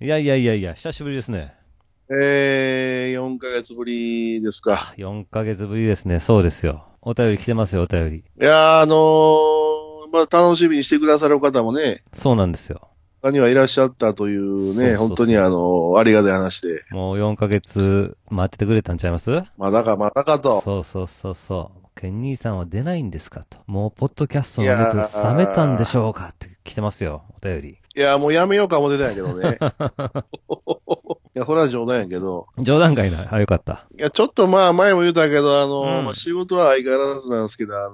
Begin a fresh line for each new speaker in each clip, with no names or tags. いやいやいやいや、久しぶりですね。
えー、4ヶ月ぶりですか。
4ヶ月ぶりですね。そうですよ。お便り来てますよ、お便り。
いやー、あのー、まあ、楽しみにしてくださる方もね、
そうなんですよ。
他にはいらっしゃったというね、
そうそうそう
本当にあのーありがたい話で、
もう4ヶ月待っててくれたんちゃいます
まだかまだかと。
そうそうそうそう。ケン兄さんは出ないんですかと。もう、ポッドキャストの熱冷めたんでしょうかって来てますよ、お便り。
いやー、もうやめようか思ってたんやけ どね。いや、それは冗談やけど。
冗談外な。あ、よかった。
いや、ちょっとまあ、前も言うたけど、あのー
うん
まあ、仕事は相変わらずなんですけど、あの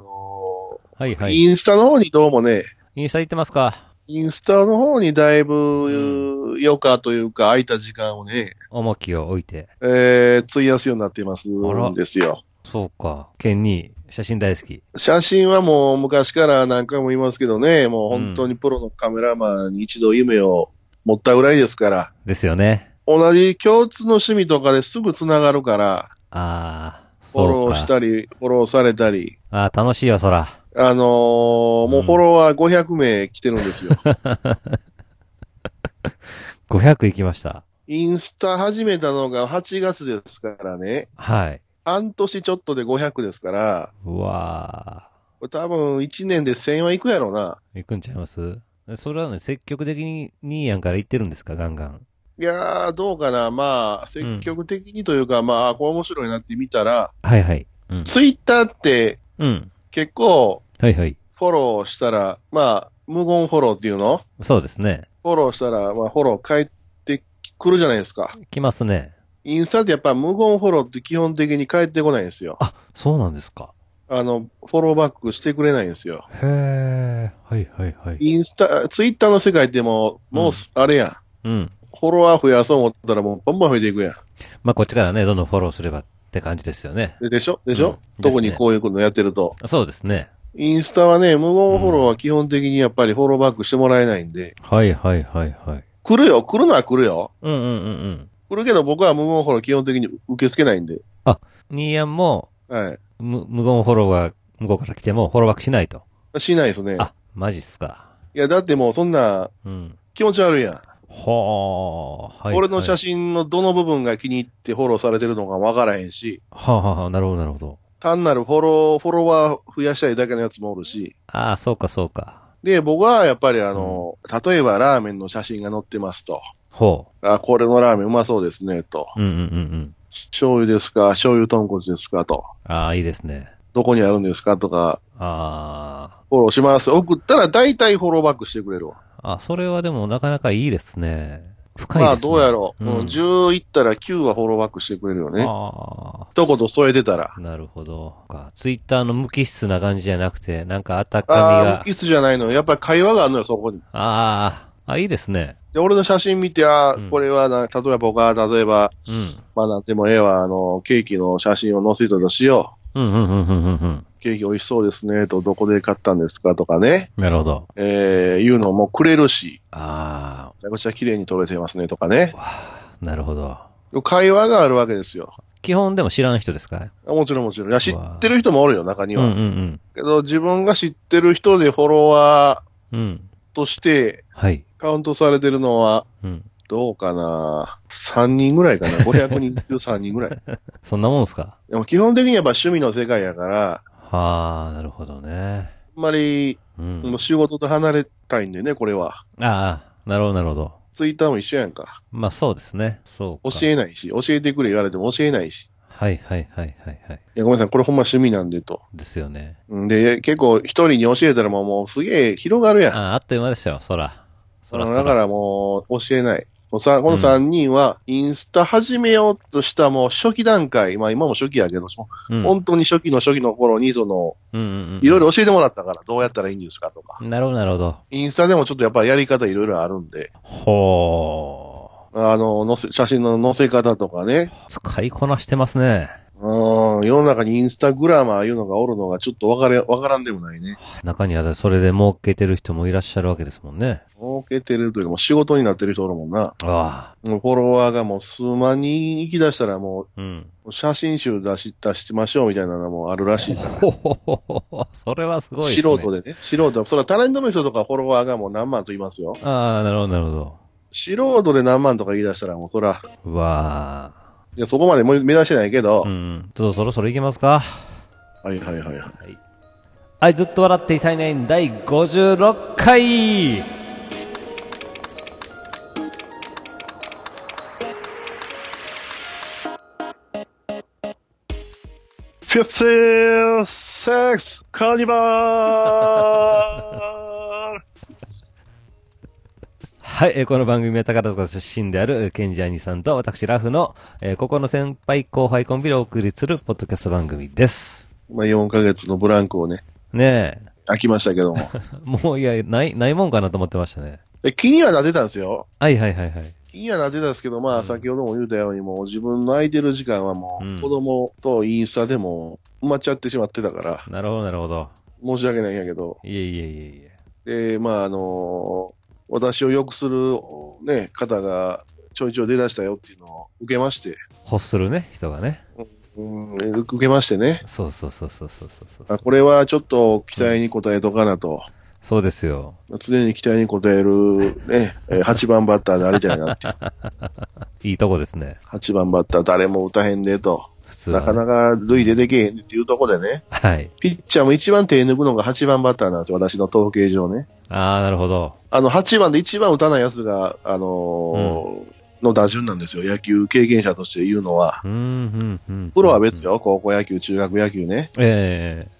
はい
ー
はい。イ
インスタの方にどうもね、
ンスタ行ってますか
インスタの方にだいぶ、余暇というか、空いた時間をね、
重きを置いて。
えー、費やすようになっています
あら
んですよ。
そうか。ケン兄、写真大好き。
写真はもう昔から何回も言いますけどね、もう本当にプロのカメラマンに一度夢を持ったぐらいですから、
ですよね。
同じ共通の趣味とかですぐつながるから、
あー、
フォロ
そう
ー
か。
したり、フォローされたり、
あー、楽しいわ、そら。
あのーもうフォロワー500名来てるんですよ。
500行きました。
インスタ始めたのが8月ですからね、
はい。
半年ちょっとで500ですから、
うわ
これ多分1年で1000はいくやろな。
ー。行くんちゃいますそれはね、積極的に兄やんから行ってるんですか、ガンガン。
いやー、どうかな。まあ、積極的にというか、まあ、これ面白いなって見たら、
はいはい。うん。
ツイッターって
うん。
結構
はいはい。
フォローしたら、まあ、無言フォローっていうの
そうですね。
フォローしたら、まあ、フォロー返ってくるじゃないですか。
来ますね。
インスタってやっぱ無言フォローって基本的に返ってこないんですよ。
あ、そうなんですか。
あの、フォローバックしてくれないんですよ。
へえ。はいはいはい。
インスタ、ツイッターの世界ってもう、
う
もう、
ん
あれやん。
うん。
フォロワー増やそう思ったらもうバンバン増えていくやん。
まあ、こっちからね、どんどんフォローすればって感じですよね。
ででしょでし
う
ょ、
ん
特
で
に
すね
こういうことやってると。
そうですね。
インスタはね、無言フォローは基本的にやっぱりフォローバックしてもらえないんで、
はいはいはいはい。
来るよ、来るのは来るよ。
うんうんうんうん。
来るけど僕は無言フォロー基本的に受け付けないんで、
兄やんも、
は
む無言フォローが向こうから来ても、フォローバックしないと。
い。しないですね。
あ、マジっすか。
いや、だってもうそんな
うん。
気持ち悪いやん。
はあ、はい。
俺の写
真。
真のどの部分が気に入ってフォローされてるのかわからへんし、
はあ、はあはあ、なるほどなるほど。
単なるフォロー、フォロワー増やしたいだけのやつもおるし、
ああ、そうかそうか。
で、僕はやっぱりあの、例えばラーメンの写真が載ってますと。
ほ
あ、これのラーメンうまそうですね、と。
う。うんうんうんうん。
醤油ですか醤油豚骨ですかと。
ああ、いいですね。
どこにあるんですかとか、
あ
フォローします。送ったら大体フォローバックしてくれるわ。
あ。あ、それはでもなかなかいいですね。深いですね。
まあどうやろう。うん
うん
10いったら9はフォローバックしてくれるよね。
あ
一言添えてたら。
あ。なるほど。かツイッターの無機質な感じじゃなくて、なんかあったかみ
ああ
が
ー、。キスじゃないの。やっぱり会話があるのよ、そこに。
ああ、あ、いいですね。
で、俺の写真見て、ああ、
うん
これはな、例えば僕は、例えば、
うん。
まあなんでもええわ、あの、ケーキの写真を載せたとしよ
うんうんうんうんうんうん。
う。ケーキ美味しそうですね、と、どこで買ったんですかとかね。
なるほど。
えー、いうのもくれるし、
あ
めちゃくちゃ綺麗に撮れてますね、とかね
あ、。わあ、なるほど。
会話があるわけですよ。
基本でも知らん人ですか
もちろんもちろん。いや、知ってる人もおるよ、中に
うんう
は。
ん
けど、自分が知ってる人でフォロワ
うん。うん。
ーとして
はい。
カウントされてるのは、
うん。
どうかな3人ぐらいかな ?500 人中3人ぐらい。
そんなもんすか
でも基本的にやっぱ趣味の世界やから、
はあ、なるほどね。
あんまり
うん。
もう仕事と離れたいんでね、これは。
ああ、なるほど、なるほど。
ツイッターも一緒やんか。
まあそうですね。そう
教
か。
えないし、教えてくれ言われても教えないし。
はいはいはいはいはい。
いや、ごめんなさい、これほんま趣味なんでと。
ですよね。
うんで、結構一人に教えたらもうもうすげえ広がるやん。
ああ、あっという間でしたよ、そら。そら
うん
そ。
だかららもう、教えない。もうさこ
う
の
ん
3人は、インスタ始めようとしたもう初期段階、まあ今も初期やけど、
うん、うん
本当に初期の初期の頃に、その、
うんうん。
いろいろ教えてもらったから、どうやったらいいんですかとか。
なるほど、なるほど。
インスタでもちょっとやっぱりやり方いろいろあるんで、
ほ
あの、載せ写真の載せ方とかね
う。、使いこなしてますね。
うん、世の中にインスタグラマーいうのがおるのがちょっとわかれ、わからんでもないね。
中にはそれで儲けてる人もいらっしゃるわけですもんね。
儲けてるというか、もう仕事になってる人おるもんな。
あ
もうフォロワーがもう数万人行き出したらもう
あ。うん。
写真集出し、出しましょうみたいなのもあるらしいから。
ほほほほ。それはすごいですね。
素人でね。素人。それはタレントの人とかフォロワーがもう何万と言いますよ。
ああ、なるほど、なるほど。
素人で何万とか言い出したら、もうそら、
うわあ。
いや、そこまでも目指してないけど、
うん。ちょっとそろそろ行きますか。
はいはいはいはい。
はい。はい、ずっと笑っていたいねん第56回
15 Sex カニバ
はい、えーこの番組は宝塚出身である、えーケンジアニさんと私、ラフの、えーここの先輩後輩コンビでお送りするポッドキャスト番組です。
ーまあ4ヶ月のブランクをね、
ね
空きましたけ ども。
え。もういや、ない、ないもんかなと思ってましたね。
え気にはなってたんですよ。
はいはいはいはい。
気にはなってたんですけど、ま
う
あ
ん
先ほども言うたように、もう自分の空いてる時間はも
うん
う子供とインスタでも埋まっちゃってしまってたから、
なるほどなるほど。
申し訳ないんやけど、
いえいえいえいえ。
で、まああのー私を良くする、ね、方がちょいちょい出だしたよっていうのを受けまして、
欲するね、人がね。
うん、受けましてね。
そうそうそうそうそうそうそ
あ
う。
これはちょっと期待に応えとかなと、
そうですよ。
常に期待に応える、ね、えー8番バッターでありたいなっていう、
いいとこですね。
8番バッター誰も打たへんでと、
普通は
な
ね、
かなか塁出てけへんでっていうところでね、
はい。
ピッチャーも一番手抜くのが8番バッターなんですよ、私の統計上ね。
ああ、なるほど。
あの、8番で一番打たないやつが、あのーの打順なんですよ、野球経験者として言うのは。
うん、うん、うん。
プロは別。よ、高校野球、中学野球ね。
ええ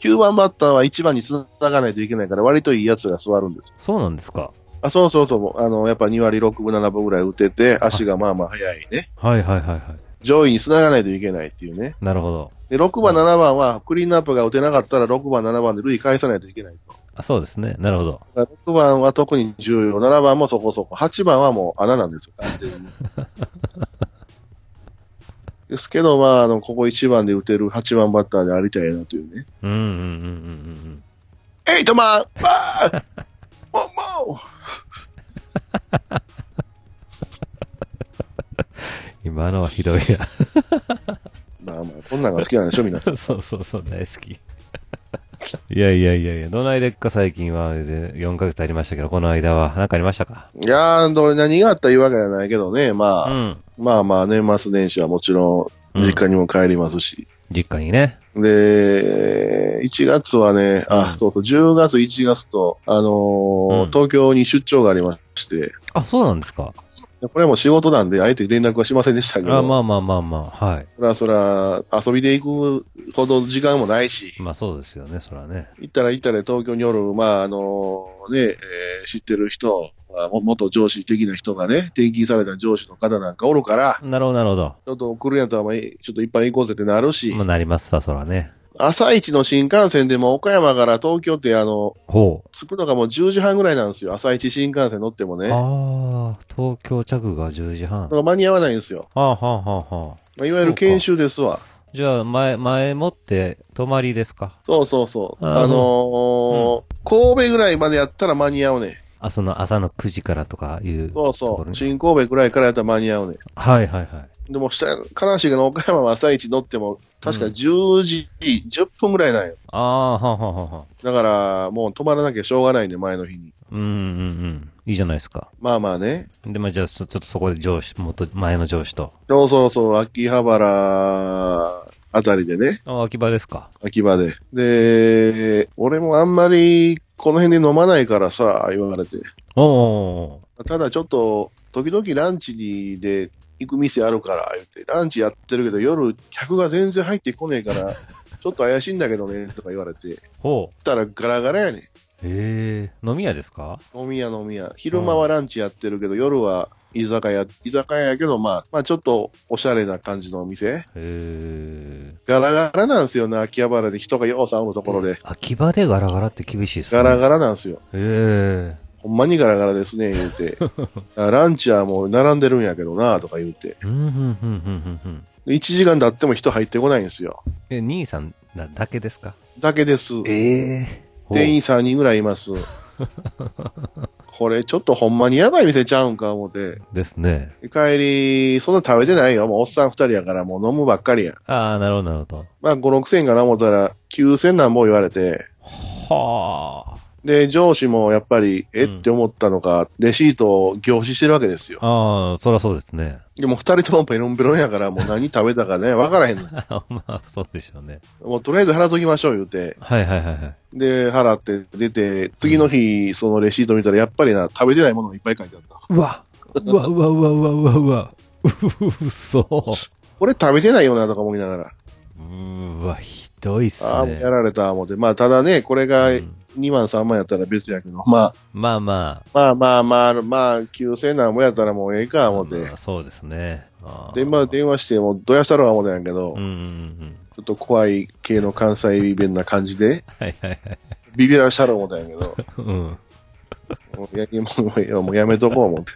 9番バッターは1番に繋がないといけないから、割といいやつが座るんですよ
そうなんですか。
あそうそうそう、あの、やっぱ2割6分、7分ぐらい打てて、足がまあまあ速いね。
はいはいはいはい。
上位に繋がないといけないっていうね。
なるほど。
で、6番、7番は、クリーンアップが打てなかったら、6番、7番で塁返さないといけないと。
あそうですね。なるほど。
だから6番は特に重要、7番もそこそこ、8番はもう穴なんですよ、完全に ですけど、まあ、あの、ここ1番で打てる8番バッターでありたいなというね。
うんうんうんうん
エイトマンバーもう、もう
うん。今のはひどいや。
まあまあ、こんなんが好きなんでしょ、みんな。
そうそうそう、大好 き。いやいやいやいや、どないでっか最近は、で4ヶ月ありましたけど、この間は、なんかありましたか
いやー、どう何があったいうわけじゃないけどね、まあ、
うん。
まあまあ、年末年始はもちろん、実家にも帰りますし。
実家にね。
で、1月はね、あ
う、ん
そうそう、10月、1月と、あのー
うん
東京に出張がありまして、
あ、そうなんですか。
これはもう仕事なんで、あえて連絡はしませんでしたけど、
あまあまあまあまあ、はい。
そらそら、遊びで行くほど時間もないし、
まあそうですよね、そらね。
行ったら行ったら東京におる、まあ、あのーね、えー知ってる人、まあも元上司的な人がね、転勤された上司の方なんかおるから、
なるほど、なるほど。
ちょっと来るんやったら、まあちょっといっぱい行こうぜってなるし、
まあなりますわ、そらね。
朝一の新幹線でも岡山から東京ってあの、
ほう。
着くのがもう10時半ぐらいなんですよ。朝一新幹線乗ってもね。だ
ああ、東京着が10時半。
か
は
ら間に合わないんですよ。
あはあはあはあ。
まあいわゆる研修ですわ。
じゃあ、前、前もって、泊まりですか
そうそうそう。
あー
あのー神戸ぐらいまでやったら間に合うね。
あ、その朝の9時からとかいう。と
そう
こ
そ
ろ
う。
に
新神戸ぐらいからやったら間に合うね。
はいはいはい。
でも下、悲しいけど岡山は朝一乗っても、確か10時、10分ぐらいなんよ。
ああ、はあはあはあはあ。
だから、もう止まらなきゃしょうがないんで、前の日に。
うんうんうん。いいじゃないですか。
まあまあね。
で、まあじゃあ、そちょっとそこで上司、元、前の上司と。
そうそうそう、秋葉原あたりでね。
あ、秋葉ですか。
秋葉で。で、俺もあんまりこの辺で飲まないからさ、言われて。
おお
ただちょっと、時々ランチにで行く店あるから、言って、ランチやってるけど夜客が全然入ってこねえ から、ちょっと怪しいんだけどね、とか言われて。行
ー。
っ
ほ
たらガラガラやね
う。へえ。飲み屋ですか
ん。飲み屋飲み屋。昼間はランチやってるけど、夜は居酒屋、居酒屋やけど、まあ、まあちょっとおしゃれな感じのお店。
へえ。
ガラガラなんですよね、秋葉原で人がようさんおるところで。
秋葉でガラガラって厳しいですね。
ガラガ
ラ。
ラなんですよ。
へえ。
ほんまにガラガラですね、言うて。あランチはもう並んでるんやけどな、とか言うて。
うん、うん、うん、うん、うん。
で1時間経っても人入ってこないんですよ。
え、兄さんだだけですか
だけです。
ええ
店員3人ぐらいいます。これちょっとほんまにやばい店ちゃうんか、思って。
ですね。
で帰り、そんな食べてないよ。もうおっさん2人やから、もう飲むばっかりや。
ああ、なるほど、なるほ
まあ5、6千円かな思ったら、9千なんぼ言われて、
ど。はあ。
で、上司もやっぱり、えって思ったのか、レシートを凝視してるわけですよ。
ああ、そりゃそうですね。
でも二人ともペロンペロンやから、もう何食べたかね、わからへんの。
まあ、そうでしょうね。
もうとりあえず払っときましょう言うて。
はいはいはいはい。
で、払って出て、次の日、そのレシート見たら、やっぱりな、食べてないものがいっぱい書いてあった。
うわ、うわうわうわうわうわうわ。うっそ。
これ食べてないよな、とか思いながら。
うーわ、ひどいっす
ああ、もう
ね
や。られた、思って。まあ、ただね、これが
うん
2万、3万やったら別やけど、まあ、
まあま
まあまあまあ、まあ、9000なんもやったらもうええか、
あ。
思って
まあ。そうですね。あー
電話、電話して、もうどやしたろう思ってんやけど、
うんうんうん。
ちょっと怖い系の関西弁な感じで、
はいはいはい。
ビビらしたろう思ったんやけ ど、
うん。
もういやもういやもうやめとこう思って。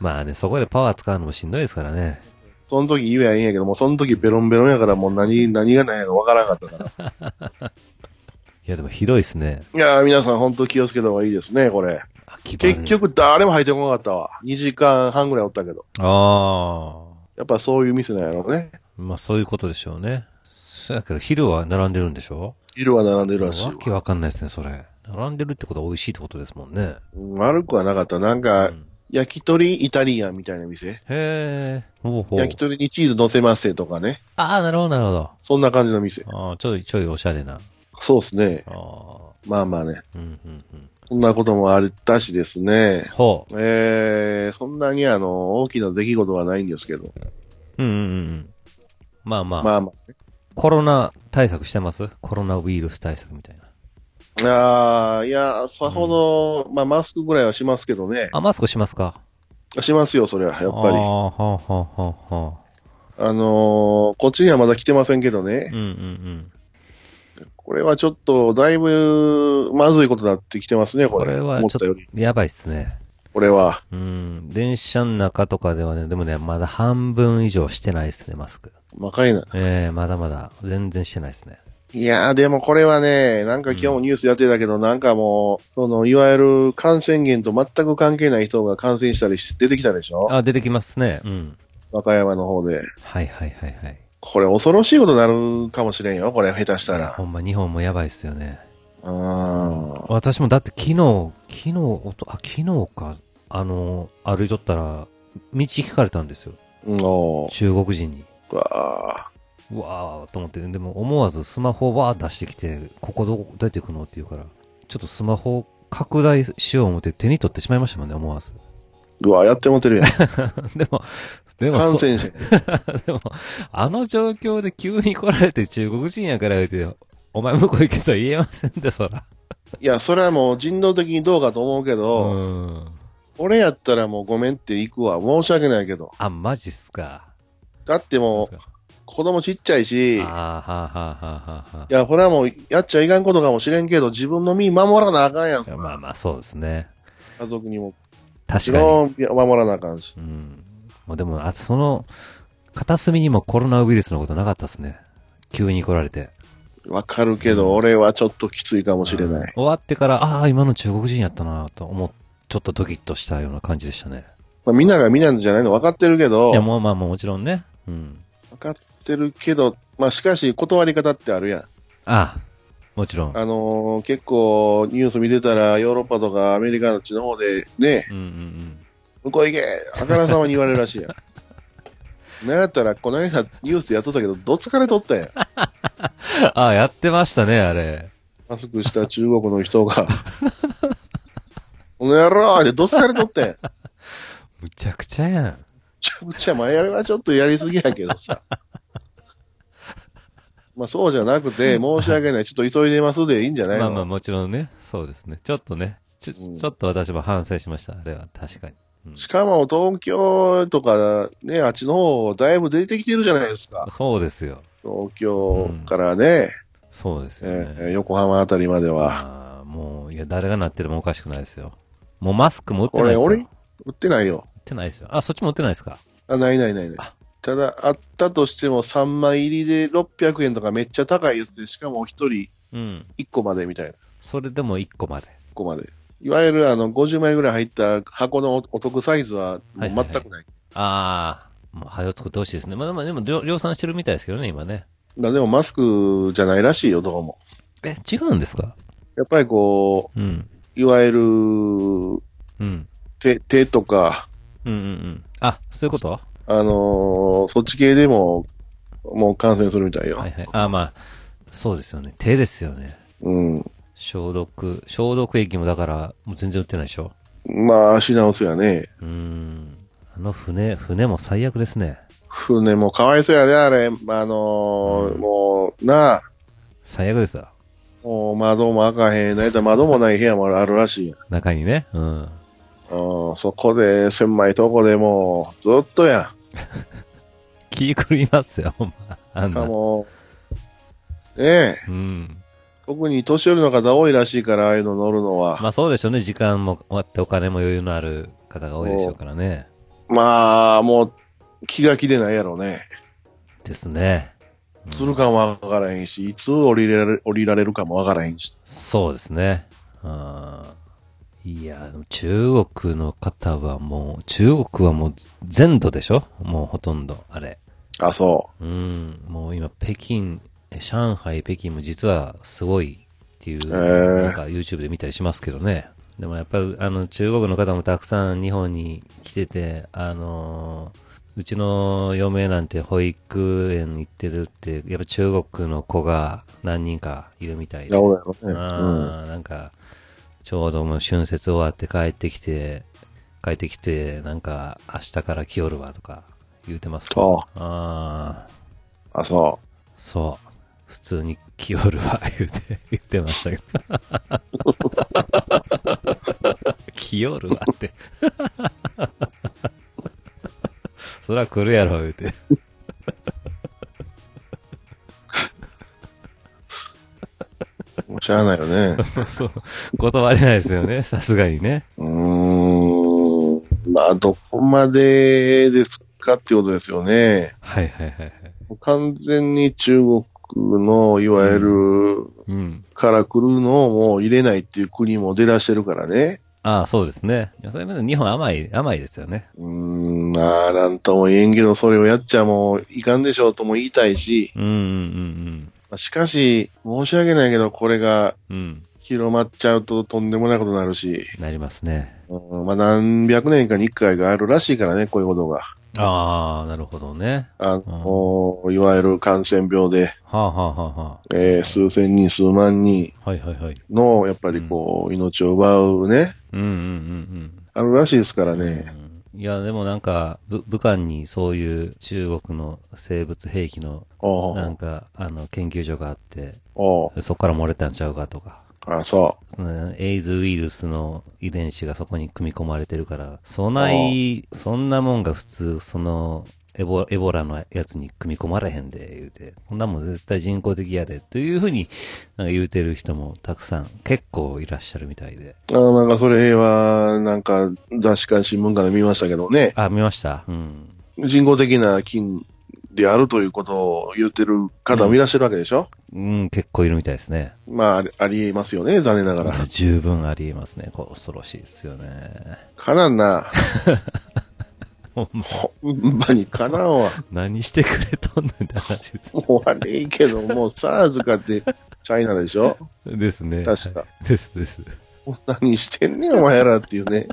まあね、そこでパワー使うのもしんどいですからね。
その時言えばいいんやけど、もうその時ベロンベロンやから、もう何、何が何やかわからなか ったから。
いや、でもひどいっすね。
いやー、皆さん本当気をつけた方がいいですね、これ。
あ、気張る
結。局誰も入ってこなかったわ。2時間半ぐらいおったけど。
ああ。
やっぱそういう店なんやろうね。
まあそういうことでしょうね。そやけど、昼は並んでるんでしょ
昼は並んでるらしいわ
わ。けわかんないですね、それ。並んでるってことは美味しいってことですもんね。
悪くはなかった。なん
う
か、
ん
焼き鳥イタリアンみたいな店。
へえ。ほうほう。
焼き鳥にチーズ乗せますせとかね。
ああ、なるほど、なるほど。
そんな感じの店。
ああ、ちょい、ちょいおしゃれな。
そうですね。
ああ。
まあまあね。
うん、うん、うん。
そんなこともあったしですね。
ほう。
えー、そんなにあの、大きな出来事はないんですけど。
うん、うん、うんうん。まあまあ、
まあま
コロナ対策してますコロナウイルス対策みたいな。
あ。あーいや、さほど、まあマスクぐらいはしますけどね。
あ、マスクしますか
しますよ、それは。やっぱり
あ。あ、はあ、はあ、はあ、はあ。
あのーこっちにはまだ来てませんけど
う
ね
ん、、うん、
これはちょっと、だいぶ、まずいことになってきてますね、
うん。
こ
こ
れ。
れは
思っ
ちょ
たよ
っ
り。
と、やばいっすね。
これは。
うん。電車の中とかではね、でもね、まだ半分以上してないですね、マスク。
まかいな。
ええまだまだ、全然してないですね。
いやー、でもこれはね、なんか今日もニュースやってたけど、なんかもう、その、いわゆる感染源と全く関係ない人が感染したりして出てきたでしょ
あ、出てきますね。うん。
和歌山の方で。
はいはいはいはい。
これ恐ろしいことになるかもしれんよ、これ、下手した
いや
ら。
ほんま、日本もやばいっすよね。
うーん。
私もだって昨日、昨日、おとあ、昨日か、あの、歩いとったら、道聞かれたんですよ。
の
中国人に。
うわ
うわーと思って、でも思わずスマホをわー出してきて、ここどこ、どうやって行くのって言うから、ちょっとスマホを拡大しよう思って手に取ってしまいましたもんね、思わず。
ー。うわー、やってもってるやん。
でも、でも、
感
そ
染者。
でも、あの状況で急に来られて中国人やから言うて、お前向こう行けとは言えませんで、そら。
いや、それはもう人道的にどうかと思うけ
う
ど、
ん。
俺やったらもうごめんって行くわ。申し訳ないけど。
あ、マジっすか。
だってもう、
あ
子供ちっちゃいし、
ー
い
はあはあはあはあはあ。
や、これはもう、やっちゃいかんことかもしれんけど、自分の身守らなあかんやん。
いやまあまあ、そうですね。
家族にも、も
確
ち
かに。
ろんいや守らなあかんし。
うん。まあでも、あその、片隅にもコロナウイルスのことなかったっすね。急に来られて。
わかるけど、俺はちょっときついかもしれない。
終わってから、ああ、今の中国人やったなと思っちょっとドキッとしたような感じでしたね。
まあ、みんながみんなじゃないの分かってるけど
いや、、もうまあもうもちろんね。うん。
分かってるけど、まあ、しかし、断り方ってあるやん。
ああ、もちろん。
あのー結構、ニュース見てたら、ヨーロッパとかアメリカのっちの方で、ね、
うんうんうん。
向こう行けあからさまに言われる らしいやん。なんやったら、この間ニュースやっとったけど、どつかれとったやん。
あ、やってましたね、あれ。
マスクした中国の人が。この野郎ってどつかれとったやん。
むちゃくちゃやん。
ちゃくちゃ前あれはちょっとやりすぎやけどさ。まあそうじゃなくて、申し訳ない。ちょっと急いでますでいいんじゃないの、
まあまあもちろんね、そうですね。ちょっとね、ちょ、
うん
ちょっと私も反省しました、あれは確かに。うん
しかも東京とかね、あっちの方、だいぶ出てきてるじゃないですか。
そうですよ。
東京からね、
そうですよ
え
ね。
ー横浜あたりまでは。
ああもう、いや、誰がなっててもおかしくないですよ。もうマスクも売ってないで
これ
すよ。
俺
売っ
売ってないよ。
てないですよ。あ、そっちも売ってないですか
あ、ないないないない
あ。
ただ、あったとしても3枚入りで600円とかめっちゃ高いやつで、しかも1人
うん。
1個までみたいな。1
それでも1個まで。
個まで。いわゆるあの50枚ぐらい入った箱のお得サイズはもう全くない。
はいああ、もう、早作ってほしいですね。まあでも、でも量量産してるみたいですけどね、今ね。
だでもマスクじゃないらしいよ、どうも。
え、違うんですか
やっぱりこ
うん。
う、いわゆる、
うん。
手、手とか、
うんうんうん。あ、そういうことは
あのーそっち系でも、もう感染するみたいよ。
いはい。あ、まあ、そうですよね。手ですよね。
うん。
消毒。消毒液もだから、もう全然売ってないでしょ。
まあ、足直すやね。
うーん。あの船、船も最悪ですね。
船もかわいそうやね、あれ。まああのー
うん
もう、なあ、
最悪ですわ。
もう窓も開かへん、ないと窓もない部屋もあるらしいやん。
中にね。うん。
うん、そこで、狭いとこでもう、ずっとや
気狂いますよ、ほんま。あ
ん。
ん
か
な。
もう、ねえ、
うん。
特に年寄りの方多いらしいから、ああいうの乗るのは。
まあそうでしょうね。時間もあってお金も余裕のある方が多いでしょうからね。
まあ、もう、気が気でないやろうね。
ですね。うん
するかもわからへんし、いつ降りられる降りられるかもわからへんし。
そうですね。うんいや、でも中国の方はもう、中国はもう全土でしょもうほとんど、あれ。
あ、そ
うん、もう今、北京、え上海、北京も実はすごいっていう、
ー。
なんか YouTube で見たりしますけどね。でもやっぱり、あの、中国の方もたくさん日本に来てて、あのーうちの嫁なんて保育園行ってるって、やっぱ中国の子が何人かいるみたいうで
いや、俺やろね。
あーなんか、ちょうどもう春節終わって帰ってきて、帰ってきて、なんか、明日から来よるわとか言うてます
そう
ああ、
あ、そ
そう。普通に来よるわ、言うて、言ってましたけど。 来よるわって。 そら来るやろ、言うて。
う。もうしゃあないよね。
そう、断れないですよね、さすがにね。
うーん。まあ、どこまでですかってことですよね。
はいはいはいはい。
完全に中国の、いわゆる、
うん。
から来るのをもう入れないっていう国も出だしてるからね。
ああ、そうですね。いやそれまで日本甘い、甘いですよね。
うーん、まあ、なんとも言えんけど、それをやっちゃもういかんでしょうとも言いたいし、
うんうん
まあしかし、申し訳ないけど、これが
うんうん。うん。
広まっちゃうととんでもないことになるし、
なりますね。
うんまあ、何百年かに一回があるらしいからね、こういうことが。
ああ、なるほどね。
あの、いわゆる感染病で、
はあはあはあは
えー数千人、数万人
あ。はいはいはい。
の、やっぱりこう、命を奪うね、
うんうんうん
あるらしいですから
うん。
ね。
うんいや、でもなんか、ぶ武漢にそういう中国の生物兵器の、
おう
なんか、あの、研究所があって、
おう
そこから漏れたんちゃうかとか。
あ、そ
うんエイズウイルスの遺伝子がそこに組み込まれてるから、そない、そんなもんが普通、その、エボエボラのやつに組み込まれへんで、言うて。こんなもん絶対人工的やで、というふうに、なんか言うてる人もたくさん、結構いらっしゃるみたいで。
う。あのなんかそれは、なんか、雑誌か新聞かで見ましたけどね、
あ、見ましたうん。
人工的な菌であるということを言ってる方もいらっしゃるわけでしょ、
うん、結構いるみたいですね。
まあ、ありえますよね、残念ながら。
十分ありえますね。こう恐ろしいですよね。
かなんな。
ほんま
ほんまにかなんわ。
何してくれとんねんって話 です。
もう悪いけど、もう SARS かって、チャイナでしょ
ですね。
確か
はい。ですです。
何してんねん、お前らっていう ね。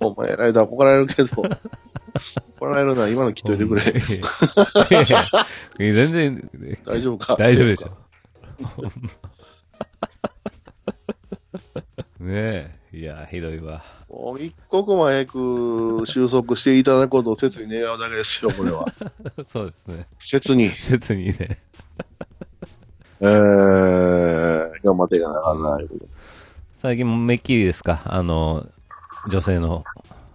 お前らだ、怒られるけど。怒られるなら今の聞いといてく
い
れ。
やいやいや全然、
大丈夫か
大丈夫でしょ。 ねえ、いや、ひどいわ。
もう一刻も早く収束していただくことを切に願うだけですよ、これは。
そうですね。
切に。
切にね。
えー、頑張っていかなあかんな。いうこと
最近もめっきりですかあの、女性の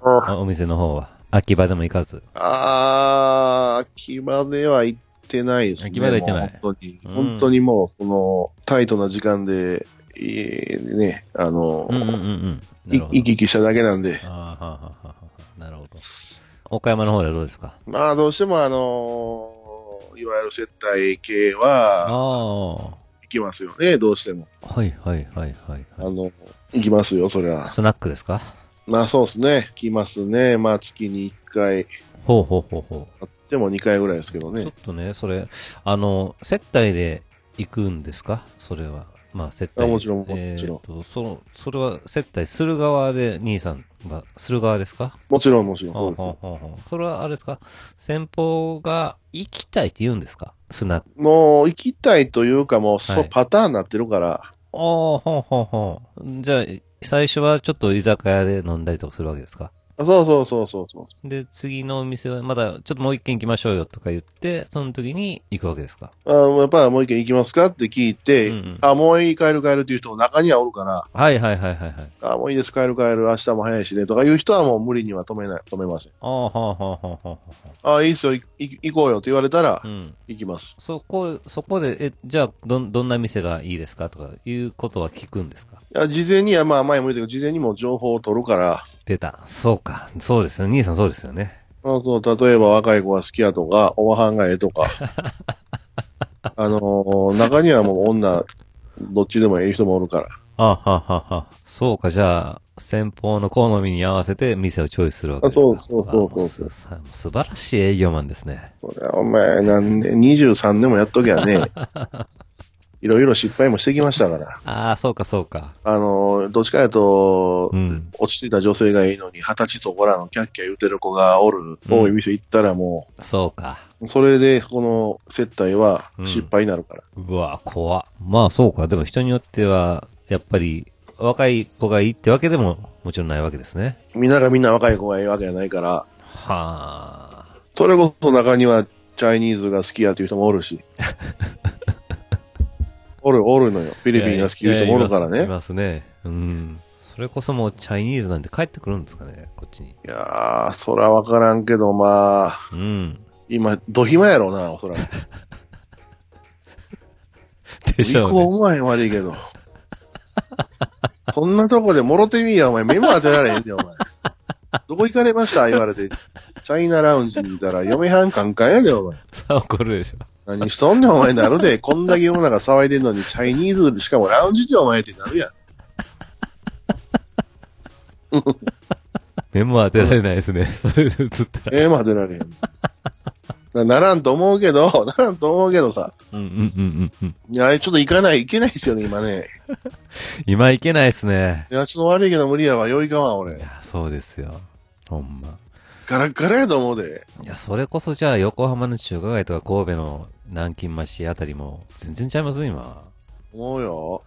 あ
あお店の方は。秋葉でも行かず。
あー、秋葉では行ってないですね。
秋葉では行ってない
もう本当に、
うん
本当にもう、その、タイトな時間で、えーね、あの、
うんうんうんうん。ないるほど。
行き来しただけなんで。
あーはあはあはあなるほど。岡山の方ではどうですか
まあ、どうしてもあのーいわゆる接待系は、
あ
行きますよね、どうしても。
あー。はいはいはいはい
あ
は
の、行きますよ、そりゃ
い。。スナックですか
まあ、そうですね。来ますね。まあ、月に1回、
ほうほうほうほう。
あっても2回ぐらいですけど
ちょ
ね
っ。とね、それ、あの、接待で行くんですかそれは。まあ、接待。
あもちろんもちろん
えーと、その、それは接待する側で、兄さんが、する側ですか
もちろんもちろん。
ほうほうほうほうそれはあれですか先方が行きたいって言うんですかスナック。
もう行きたいというか、もう、
は
そう
い
パターンになってるから、
ああ、ほうほうほう。じゃあ、最初はちょっと居酒屋で飲んだりとかするわけですか
そうそうそうそうそう。
で、次のお店は、まだ、ちょっともう一軒行きましょうよとか言って、その時に行くわけですか
あやっぱりもう一軒行きますかって聞いて、
うんうん
あ、もういい、帰る帰るっていう人も中にはおるから、
はいはいはいはいはい。
あ、もういいです、帰る帰る、明日も早いしね、とかいう人はもう無理には止めない、止めません。
ああ、はあはあはあはあは
あ、いいっすよ、いい行こうよって言われたら
あ。う、ん。
行きます。
そこ、そこで、え、じゃあ、どん、どんな店がいいですかとか、いうことは聞くんですか
いや事前には、まあ前も言ったけど、事前にもう情報を取るから、
出た。そうか。そうですよ。兄さんそうですよね。
まあそう例えば若い子が好きやとか、おばはんがええと か、あのー中にはもう女、どっちでもええ人もおるから。
ああ、はあはあはあ。そうか、じゃあ、先方の好みに合わせて店をチョイスするわけですか
あそうそうそうそう
あすさ素晴らしい営業マンですね。
そりゃお前、何年、23年もやっときゃ ね、いろいろ失敗もしてきましたから。
ああ、そうかそうか。
あの、どっちかやと、
うん
落ち着いた女性がいいのに、二十歳そこらのキャッキャ言うてる子がおる、多い店行ったらも
そうか。
う、それで、この接待は失敗になるから。
うわ、怖っまあそうか。でも人によっては、やっぱり、若い子がいいってわけでも、もちろんないわけですね。
みんながみんな若い子がいいわけじゃないから、
はあ。
それこそ中には、チャイニーズが好きやという人もおる し。おる、おるのよ。フィリピンが好きいう人もおるから
いやいやい
ね。
ますいますね。うん。それこそもうチャイニーズなんて帰ってくるんですかね、こっちに。
いやー、そらわからんけど、まあ、
うん。
今、ド暇やろうな、おそらく。
でし
離
ょうね。
婚うまい悪いけど。そんなとこでもろてみいや、お前。目も当てられへんで、お前。どこ行かれました言われて。チャイナラウンジにいたら、嫁はんカンカンやで、お前。
さあ怒るでしょ。
何しとんねん、お前なる で。こんだけ世の中騒いでんのに、チャイニーズ、しかもラウンジでお前って なるやん。
目も当てられないですね。それで映ったら。
目も当てられへん。なならんと思うけど、 ならんと思うけどさ。
うんうんうんうんうん。
いや、ちょっと行かない、行けないですよね、今ね。
今いけないですね。
いや、ちょっと悪いけど無理やわ。よいかわん、
い
俺。
や、そうですよ。ほんま。
ガラッガラやと思うで。
いや、それこそじゃあ横浜の中華街とか神戸の南京町あたりも全然ちゃいます今。
思うよ。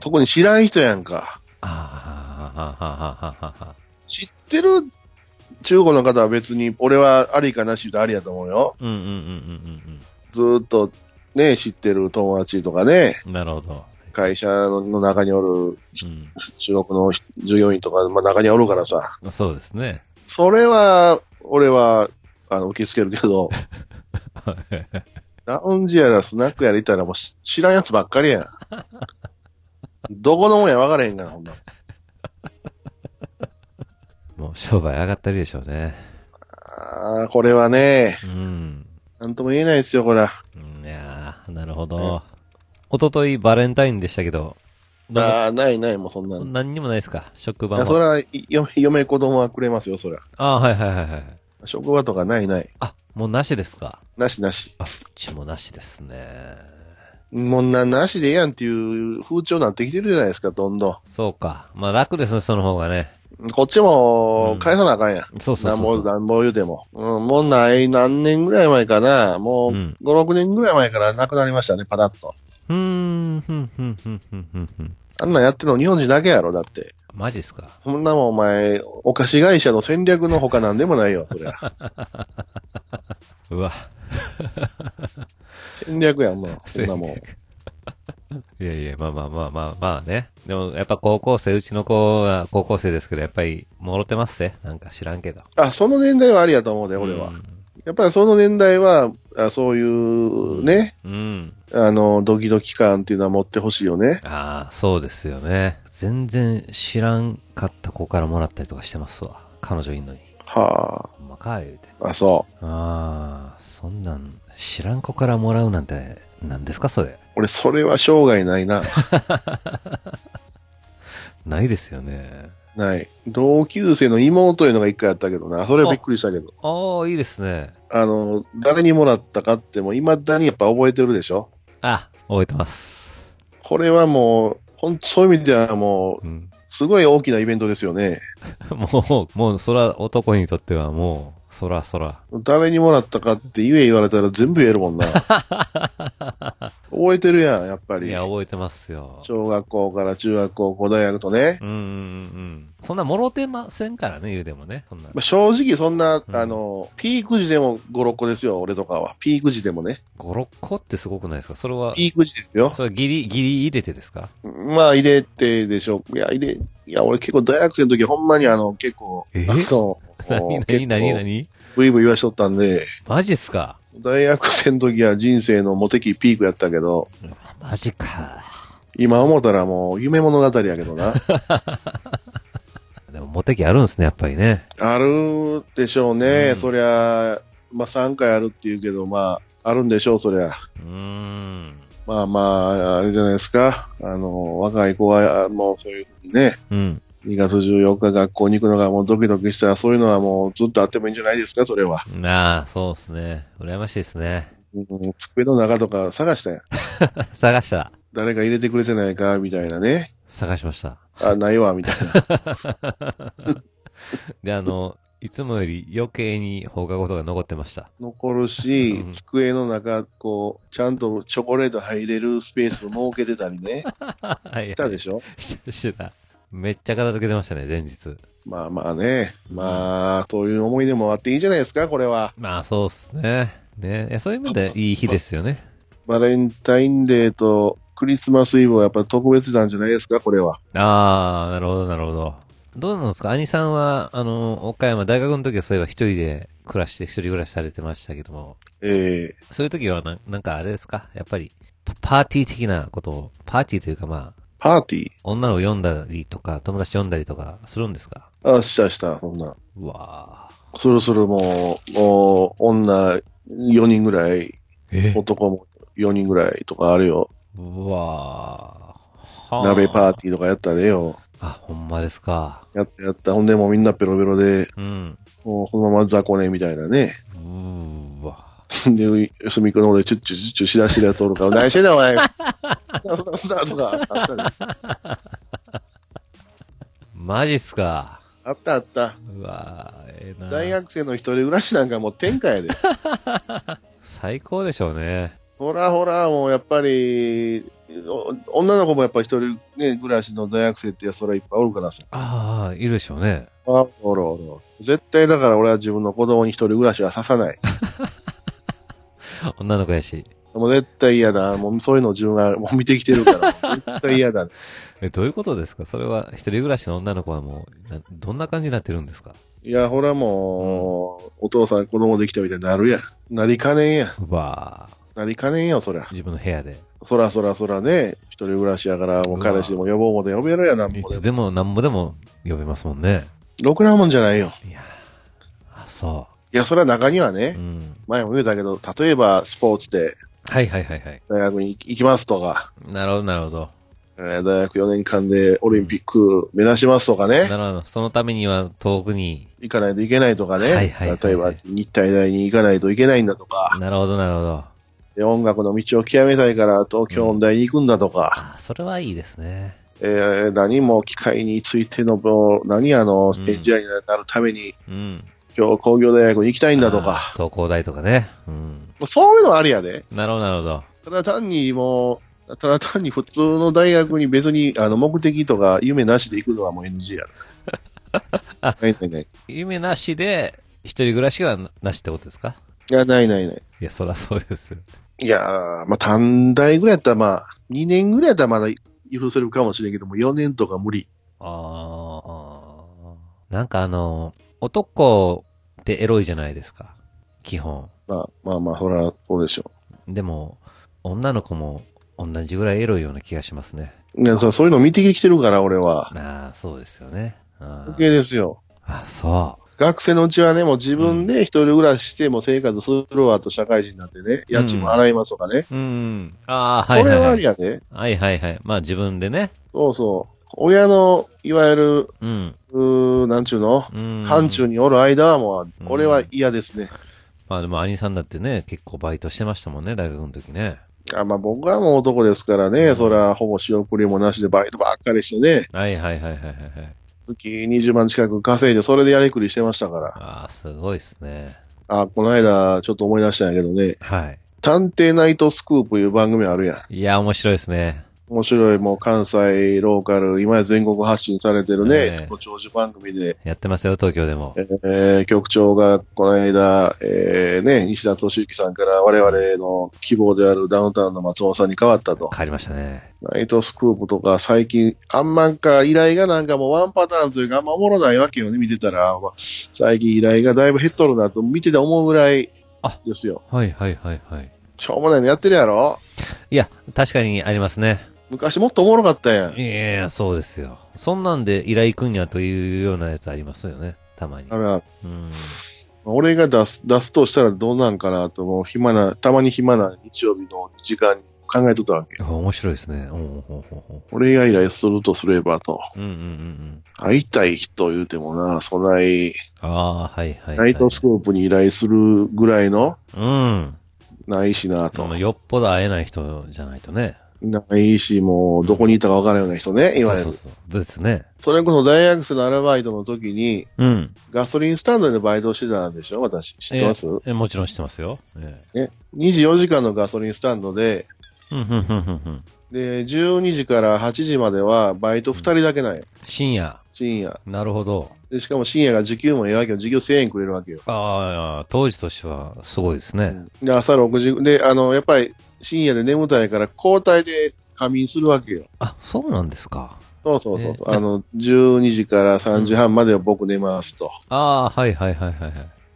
特に知らん人やんか。
ああ、はあはあはあはあはあ。
知ってる中国の方は別に、俺はありかなし言うとありやと思うよ。
うんうんうんうん
ずーっとね、知ってる友達とかね、
うんうん。なるほど。
会社の中におる
うん。
中国の従業員とか、まあ、中におるからさ。
そうですね。
それは、俺は、あの、受け付けるけど、 ラウンジやらスナックやら行ったらもうし知らんやつばっかりやん。 どこのもんや分からへんから、ほんなら
もう商売上がったりでしょうね。
あーこれはね、
うん。
なんとも言えないですよ、これは。
いやー、なるほど。おとといバレンタインでしたけど、どうも
ああ、ないない、もうそんなの。
何にもないですか職
い
場
やそ
も。
ら、い嫁、嫁子供はくれますよ、そら。
ああ、はいはいはいはい。
職場とかないない。
あ、もうなしですか
なしなし。
あ、うちもなしですね。
もうな、なしでええやんっていう風潮になってきてるじゃないですか、どんど
そうか。まあ楽ですね、その方がね。
ん。こっち
う
も
ん、
返さなあかんやん。
そうそうそうそう
なんぼ、なんぼ言うても。うん、もうない、何年ぐらい前かな。もう、
うん
5、6年ぐらい前からなくなりましたね、パタッと。
うーん、ふんふんふんふんふんふん。
あんなんやってんの日本人だけやろ、だって。
マジっすか
そんなもんお前、お菓子会社の戦略の他なんでもないよ、そりゃ。
うわ。
戦略やん、もう。そんなもん。
いやいや、まあまあまあまあまあね。でもやっぱ高校生、うちの子が高校生ですけど、やっぱり、もろてますね。なんか知らんけど。
あ、その年代はありやと思うで、俺は。やっぱりその年代は、あそういうね、
うん。うん。
あの、ドキドキ感っていうのは持ってほしいよね。
ああ、そうですよね。全然知らんかった子からもらったりとかしてますわ。彼女いんのに。
は
ほんまか、言うて。
あ、あ、そ
ああ、そんなん、知らん子からもらうなんて、なんですか、それ
う。。俺、それは生涯な いな。
ないですよね。
ない。同級生の妹いうのが一回あったけどな。それはびっくりしたけど。
ああ、いいですね。
あの、誰にもらったかっても、未だにやっぱ覚えてるでしょ
あ、覚えてます。
これはもう、ほんそういう意味ではもう、
うん。
すごい大きなイベントですよね。
もう、もう、そら、男にとってはもう、そらそら。
誰にもらったかって言え言われたら全部言えるも んな。覚えてるやん、やっぱ
い
り。
や、覚えてますよ。
小学校から中学校、高大学とね。
うんうんうん。そんなもろてませんからね、言うでもね。そんな
まあ、。正直そんな、
うん
あの、ピーク時でも5、6個ですよ、俺とかは。ピーク時でもね。
5、6個ってすごくないですかそれは、
ピーク時ですよ。
それギリ、ギリ入れてですか
まあ、入れてでしょう。いや、入れ、いや、俺結構大学生の時ほんまにあの、結構、
え
あの、
何何何何
ブイブイ言わしとったんで、
マジっすか
大学生の時は人生のモテ期ピークやったけど、
マジか。
今思ったらもう夢物語やけ どな。
でも、モテ期あるんですね、やっぱりね。
あるでしょうね、
うん
そりゃ、まあ3回あるっていうけど、まあ、あるんでしょう、そりゃ。
うーん。
まあまあ、あれじゃないですか。あの、若い子は、もうそういうふうにね、
うん。
2月14日学校に行くのがもうドキドキしたら、そういうのはもうずっとあってもいいんじゃないですか、それは。
なあ、そうですね。羨ましいですね。
うん、机の中とか探したやん。
探した。
誰か入れてくれてないか、みたいなね。
探しました。
あ、ないわ、みたいな。
で、あの、いつもより余計に放課後とか残ってました。
残るし
うん、
机の中、こう、ちゃんとチョコレート入れるスペースを設けてたりね。
はい。
したで
し
しょ
ょ してしてた。めっちゃ片付けてましたね、前日。
まあまあね。まあ、そういう思い出もあっていいじゃないですか、これは。
まあ、そうっすね。ねいやそういう意味でいい日ですよね。
バレンタインデーとクリスマスイブはやっぱ特別なんじゃないですか、これは。
ああ、なるほど、なるほど。どうなんですか兄さんは、あの、岡山、大学の時はそういえば一人で暮らして、一人暮らしされてましたけども、
ええ
そういう時はな、なんかあれですかやっぱり、パパーティー的なことを、パーティーというかまあ、
パーティー
女を読んだりとか、友達読んだりとか、するんですか
あ、したした、そんな。
うわあ。
そろそろもう、もう、女4人ぐらい、
え
男も4人ぐらいとかあるよ。
うわあ。
鍋パー
テ
ティーとかやったでよ。
ィー。あ、ほんまですか。
やったやった。ほんでもうみんなペロペロで、
うん。
もうそのまま雑魚ねみたいなね。
うーわ。
で、隅っこの俺、チュッチュッチュッチュしだしだとるから、何してんだお前そんなそんなとか、あったで
マジっすか。
あったあった。
うわあ、ええな。
大学生の一人暮らしなんかもう天下やで。
最高でしょうね。
ほらほら、もうやっぱり、お女の子もやっぱ一人、ね、暮らしの大学生ってそれはいっぱいおるからさ。
ああ、いるでしょうね。
あおるおる。絶対だから俺は自分の子供に一人暮らしはささない。
女の子やし。
もう絶対嫌だ。もうそういうのを自分が もう見てきてるから。絶対嫌だ。
え、どういうことですかそれは、一人暮らしの女の子はもう、などんな感じになってるんですか
いや、ほらもう、お父さん子供できたみたいになるやん。なりかねえやん。
うわあ、
なりかねえよ、そりゃ。
自分の部屋で。
そらそらそらね、一人暮らしやから、もう彼氏でも呼ぼうもで呼べるやんなん
い
ぼで
つ
も。
でも何ぼでも呼べますもんね。
ろくなもんじゃないよ。
いやーあ、そ
いや、それは中にはね
う。う、ん。
前も言うたけど、例えばスポーツで
はいはいはいはい。
大学に行きますとか、
なるほどなるほど。
えー大学4年間でオリンピック目指しますとか
な
ね、
るほど。そのためには遠くに。
行かないといけないとか
はい
ね、
はいはい
例えば日体大に行かないといけないんだとか、
なるほどなるほど。
で音楽の道を極めたいから東京音大に行くんだとか、
あ、それはいいですね。
えー何も機械についての、もう何あの、
うん
エンジニアになるために、
うん。
今日工業大学に行きたいんだと
あ
か
ー、東工大とかね。うん。
もうそういうのあるやで。
なるほどなるほど。
ただ単にもう、ただ単に普通の大学に別にあの目的とか夢なしで行くのはもう NG やな。ないないない。
夢なしで、一人暮らしはななしってことですか
いや、ないないない。
いや、そらそうですよ。
いやー、まあ、短大ぐらいやったらまあ、2年ぐらいやったらまだ許せるかもしれんけども、4年とか無理。
ああ。なんかあの、男ってエロいじゃないですか。基本。
まあまあまあ、ほら、そうでしょ
でも、女の子も同じぐらいエロいような気がしますね。
う。いや、そそういうの見てきてるから、俺は。
ああ、そうですよね。あ
余計
ー
ですよ。
あ、そ
学生のうちはね、もう自分で一人暮らしして、もう生活するわと社会人になってね、家賃も払いますとかね。
う。うん。ああ、は
そ
いは
れ
い、
は
は
あり
い。
やで。
はいはいはい。まあ自分でね。
そうそう。親の、いわゆる、
うん。
うーなんちゅうの、
うん。
範疇におる間はもう、これは嫌ですね。
まあでも兄さんだってね、結構バイトしてましたもんね、大学の時ね。
あまあ僕はもう男ですからね、そら、ほぼ仕送りもなしでバイトばっかりしてね、
はいはいはいはいはいはい。
月20万近く稼いで、それでやりくりしてましたから。
ああ、すごいですね。
あ、この間、ちょっと思い出したんやけどね、
はい。
探偵ナイトスクープいう番組あるやん。
いや、面白いですね。
面白い、もう関西、ローカル、今や全国発信されてる
ええ
ね、ご長寿番組で、
やってますよ、東京でも。
えー局長がこの間、えーね、西田敏行さんから我々の希望であるダウンタウンの松尾さんに変わったと。
帰りましたね。
ナイトスクープとか最近、あんまんか依頼がなんかもうワンパターンというかあんまおもろないわけよね、見てたら。まあ最近依頼がだいぶ減っとるなと見てて思うぐらい
あ
ですよ。
はいはいはいはい。
しょうもないのやってるやろ
いや、確かにありますね。
昔もっとおもろかったや
い
ん。
やいや、そうですよ。そんなんで依頼くんやというようなやつありますよね。たまに
だか。ら、
うん。
俺が出す、出すとしたらどうなんかなと、もう暇な、たまに暇な日曜日の時間に考えとったわけ。
あ面白いですね。うん、ほうほうほ
俺が依頼するとすればと。
う。うんうんうんうん。
会いたい人言うてもな、そない、
ああ、はいはい、は
ナ
い。
イトスクープに依頼するぐらいの、
うん。
ないしなと
も。うよっぽど会えない人じゃないとね。
ないし、もう、どこにいたかわからんような人ね、いわゆ
そ
る。そう
そうそう。ですね。
れこそ大学生のアルバイトの時に、
うん。
ガソリンスタンドでバイトしてたんでしょ私。知ってます、
え、もちろん知ってますよ。え
?24 時間のガソリンスタンドで、
え。うん、うん、うん、うん。
で、12時から8時まではバイト2人だけなんよ。
深夜。
深夜。
なるほど。
で、しかも深夜が時給もええわけよ。時給1000円くれるわけよ。
ああ、当時としてはすごいですね。
で、朝6時、で、あの、やっぱり深夜で眠たいから交代で仮眠するわけよ。
あ、そうなんですか。
そうそうそう。
えーじゃあ
あの、12時から3時半までは僕寝ますと。
ああ、はいはいはいはいはい。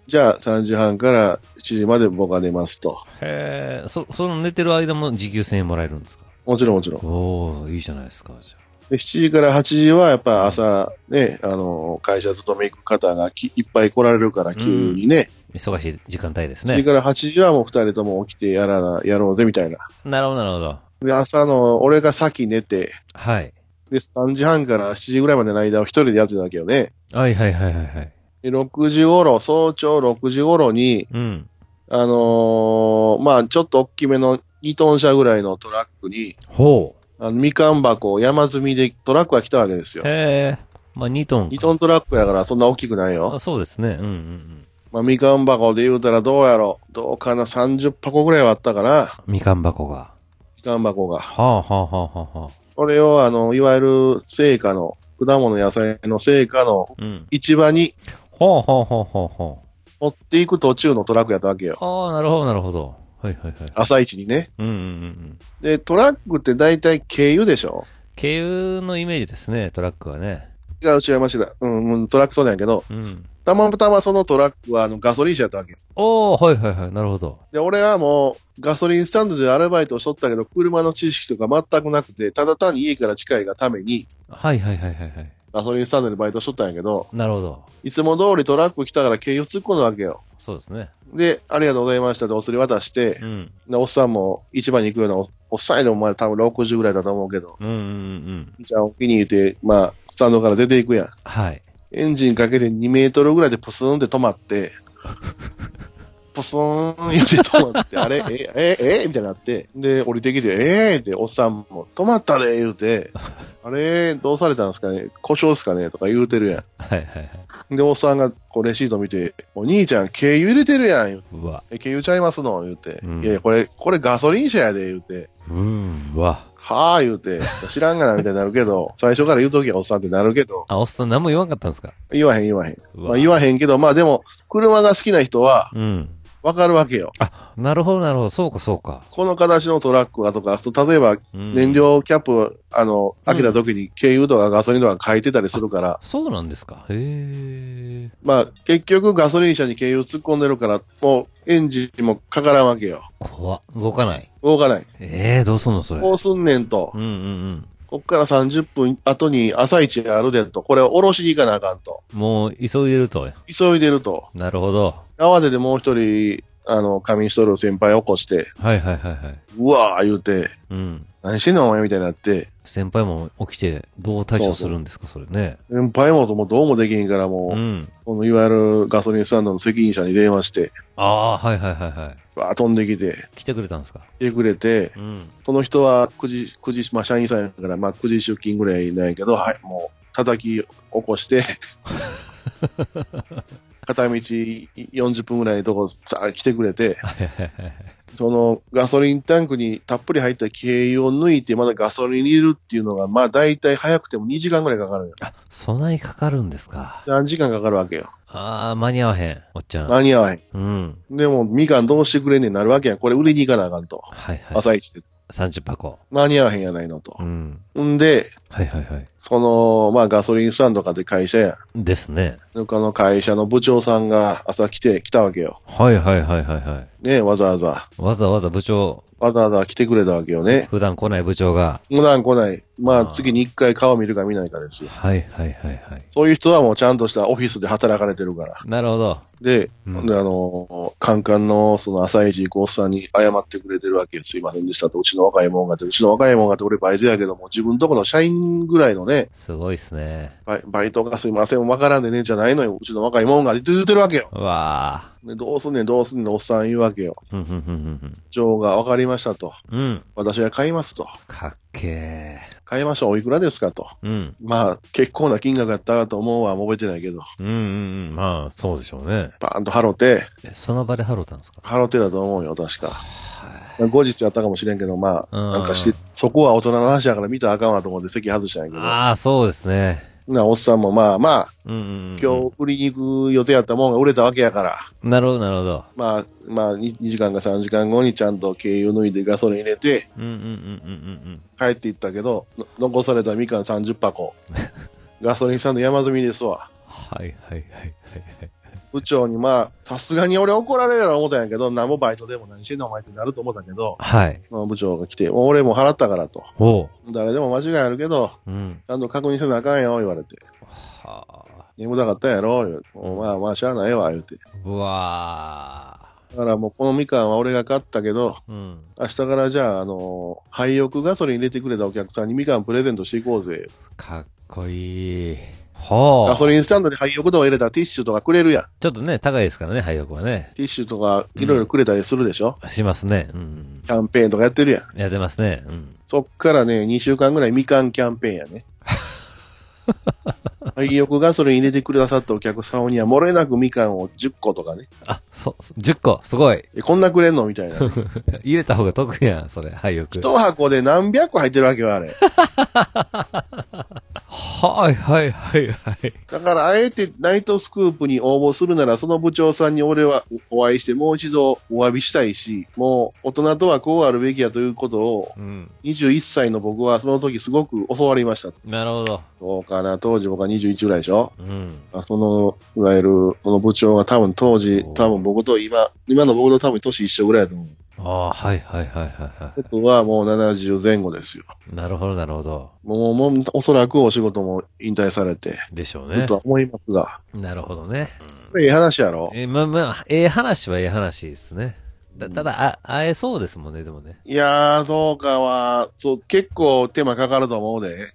じゃあ3時半から7時まで僕は寝ますと。
へえ、そ、その寝てる間も時給1000円もらえるんですか
もちろんもちろん。
おおいいじゃないですか、じゃ
で7時から8時はやっぱ朝ね、あの、会社勤め行く方がきいっぱい来られるから急にね。
あ忙しい時間帯です
7時
ね。
から8時はもう2人とも起きてやらな、やろうぜみたいな。
なるほど、なるほど。
で、朝の俺が先寝て、
はい。
で、3時半から7時ぐらいまでの間を一人でやってたわけよね。
はいはいはいはいはい。
で、6時頃、早朝6時頃に、
うん。
あのーまあちょっと大きめの2トン車ぐらいのトラックに、
ほ
あの、みかん箱を山積みでトラックが来たわけですよ
う。。へえ、まあ2トンか。
2トントラックやからそんな大きくないよ
あ。そうですね。うんうんうん。
まあみかん箱で言うたらどうやろう。どうかな、30箱ぐらいはあったかな。
みかん箱が。
みかん箱が。
はあはあはあはあはあ。
これを、あの、いわゆる、成果の、果物野菜の成果の
うん。
市場に
はあはあはあはあは
持っていく途中のトラックやったわけよ。
あ。ああ、なるほどなるほど。はいはいはい。
朝一にね。
うんうんうんうん。
で、トラックって大体軽油でしょ
軽油のイメージですね、トラックはね。
違う、違いました。うん、うんトラックそうなんやけど、
うん。
たまたまそのトラックはあのガソリン車やったわけよ。
おおはいはいはい、なるほど。
で、俺はもう、ガソリンスタンドでアルバイトをしとったけど、車の知識とか全くなくて、ただ単に家から近いがために、
はいはいはいはいはい。
ガソリンスタンドでバイトしとったんやけど、
なるほど。
いつも通りトラック来たから軽油突っ込んだわけよ。
そうですね。
で、ありがとうございましたってお釣り渡して、
うん。
でおっさんも市場に行くようなお、おっさんやでもまだ多分60ぐらいだと思うけど、
うんうんうん。
じゃあお気に入りで、まあ、スタンドから出ていくやん。
はい。
エンジンかけて2メートルぐらいでポスンって止まって、ポスーン言って止まって、あれえ、え、えみたいになって、で、降りてきて、えーって、おっさんも、止まったで言うて、あれ、どうされたんですかね故障ですかねとか言うてるや
はいはいはい。
ん。で、おっさんが、こう、レシート見て、お兄ちゃん、軽油入れてるやん、言うて。
うわ。
え、軽油ちゃいますの言うて。
うん
いやいや、これ、これガソリン車やで、言うて。
うーわ。
はぁ、言うて。知らんがな、みたいになるけど、 最初から言うときはおっさんってなるけど、
あ、おっさん何も言わんかったんですか
言わへん、言わへん。
う
まあ、言わへんけど、まあでも、車が好きな人は
うん。
わかるわけよ。
あ、なるほどなるほど。そうかそうか。
この形のトラックがとか、あと例えば
うん
燃。料キャップを、あの、開けた時に軽油とかガソリンとか書いてたりするから、
そうなんですか。へえ。
まあ結局ガソリン車に軽油突っ込んでるから、もうエンジンもかからんわけよ。
怖っ動かない。
動かない。
ええどうすんのそれ。
こうすんねんと
う、んうん
こっから30分後に朝一あるでんと、これを下ろしに行かなあかんと、
うん。もう急いでると。
急いでると、
なるほど。
慌ててもう一人、あの、仮眠しとる先輩起こして、
はいはいはいはい。
うわー言うて、
うん。
何してんのお前みたいになって、
先輩も起きて、どう対処するんですか、それね。
先輩ももうどうもできんからも
う
う、
ん。
このいわゆるガソリンスタンドの責任者に電話して、
ああー、はいはいはいはい。
わー飛んできて、
来てくれたんですか。
来てくれて、
うん。
その人は9時、9時、まあ社員さんやから、まあ9時出勤ぐらいなんやけど、はい、もう叩き起 こして、片道40分ぐらいのとこ、さあ来てくれて、
はいはいはいはい。
そのガソリンタンクにたっぷり入った軽油を抜いて、まだガソリンに入れるっていうのが、まあ大体早くても2時間ぐらいかかるよ。
あ、そないかかるんですか。
何時間かかるわけよ。
ああ、間に合わへん、おっちゃん。
間に合わへん。
うん。
でも、みかんどうしてくれんねんなるわけやん。これ売りに行かなあかんと。
はいはい。
朝一で。
30箱。
間に合わへんやないのと
う。ん。
んで、
はいはいはい。
その、まあガソリンスタンドかで会社やん。
ですね。
のかの会社の部長さんが朝来て、来たわけよ。
はいはいはいはいはい。
ね、わざわざ。
わざわざ部長、
わざわざ来てくれたわけよね。
普段来ない部長が。
普段来ない。ま
あ
あ、
ー
次に一回顔見るか見ないかですよ。
はいはいはいはい。
そういう人はもうちゃんとしたオフィスで働かれてるから。
なるほど。
で、
うん
であの、カンカンのその朝一行くおっさんに謝ってくれてるわけよ。すいませんでしたと。うちの若いもんがって、うちの若いもんがって俺バイトやけども、自分とこの社員ぐらいのね、
すごいっすね。
バイバイトがすいません、わからんでね、じゃないのよ。うちの若いもんがって言ってるわけよ。
うわあ。
でどうすんねん、どうすんねん、おっさん言うわけよ。
うんうんうん
部長がわかりましたと。
うんうん。うん。
私が買いますと。
かっけえ。
買いましょう。おいくらですかと。
うん。
まあ、結構な金額やったかと思うは覚えてないけど。
うんうんうん。まあ、そうでしょうね。
バーンと払って、
えその場で払うたんですか
払ってたと思うよ、確か。
は
後日やったかもしれんけど、まあ、
うん
なんかして、そこは大人の話やから見たらあかんわと思って席外したんや
い。
けど。
ああ、そうですね。
な、おっさんもまあまあ、
うんうんうん。
今日売りに行く予定やったもんが売れたわけやから。
なるほど、なるほど。
まあ、まあ、2時間か3時間後にちゃんと軽油抜いてガソリン入れて、
うんうんうんうん
帰っていったけど、の残されたみかん30箱。 ガソリンスタンド山積みですわ。
はいはいはいはい。
部長にまあ、さすがに俺怒られるやろ思ったんやけど、なんもバイトでも何してんのお前ってなると思ったけど、
はい。
まあ、部長が来て、もう俺も払ったからと。
おう。
誰でも間違いあるけど、
うん。
ちゃんと確認せなあかんよ、言われて。
はあ。
眠たかったんやろ、言うてもうまあまあ、しゃあないわ、言うて。
うわ
だからもうこのみかんは俺が買ったけど、
あ。うん。
明日からじゃあ、あのー、廃屋ガソリン入れてくれたお客さんにみかんプレゼントしていこうぜ。
かっこいい。ほ
ガソ
う。
リンスタンドに廃屋とか入れたらティッシュとかくれるやん。
ちょっとね、高いですからね、廃屋はね。
ティッシュとかいろいろくれたりするでしょ、
しますね。うん。
キャンペーンとかやってるやん。
やってますね。うん。
そっからね、2週間ぐらいみかんキャンペーンやね。廃浴ガソリン入れてくださったお客さんには、漏れなくみかんを10個とかね。
あ、そ、10個、すごい。
えこんなくれんのみたいな。
入れた方が得やん、それ、廃屋。
一箱で何百個入ってるわけよ、あれ。
はいはいはいはい。
だから、あえてナイトスクープに応募するなら、その部長さんに俺はお会いして、もう一度お詫びしたいし、もう大人とはこうあるべきやということを、
うん。
21歳の僕はその時すごく教わりました。
なるほど。
そうかな、当時僕は21ぐらいでしょ
うん。
あその、いわゆる、この部長が多分当時、
おー
多分僕と今、今の僕と多分年一緒ぐらいだと思う。
ああ、はいはいはいはいは
僕はもう70前後ですよ。
い。なるほどなるほど。
もう、もう、おそらくお仕事も引退されて、
でしょう
ちょっ
ね
と。は思いますが。
なるほどね。
これええ話やろ
えーまあまあ、ええ話はええ話ですね。だただ、あ、会えそうですもんね、でもね。
いやー、そうかは、そう、結構手間かかると思うで。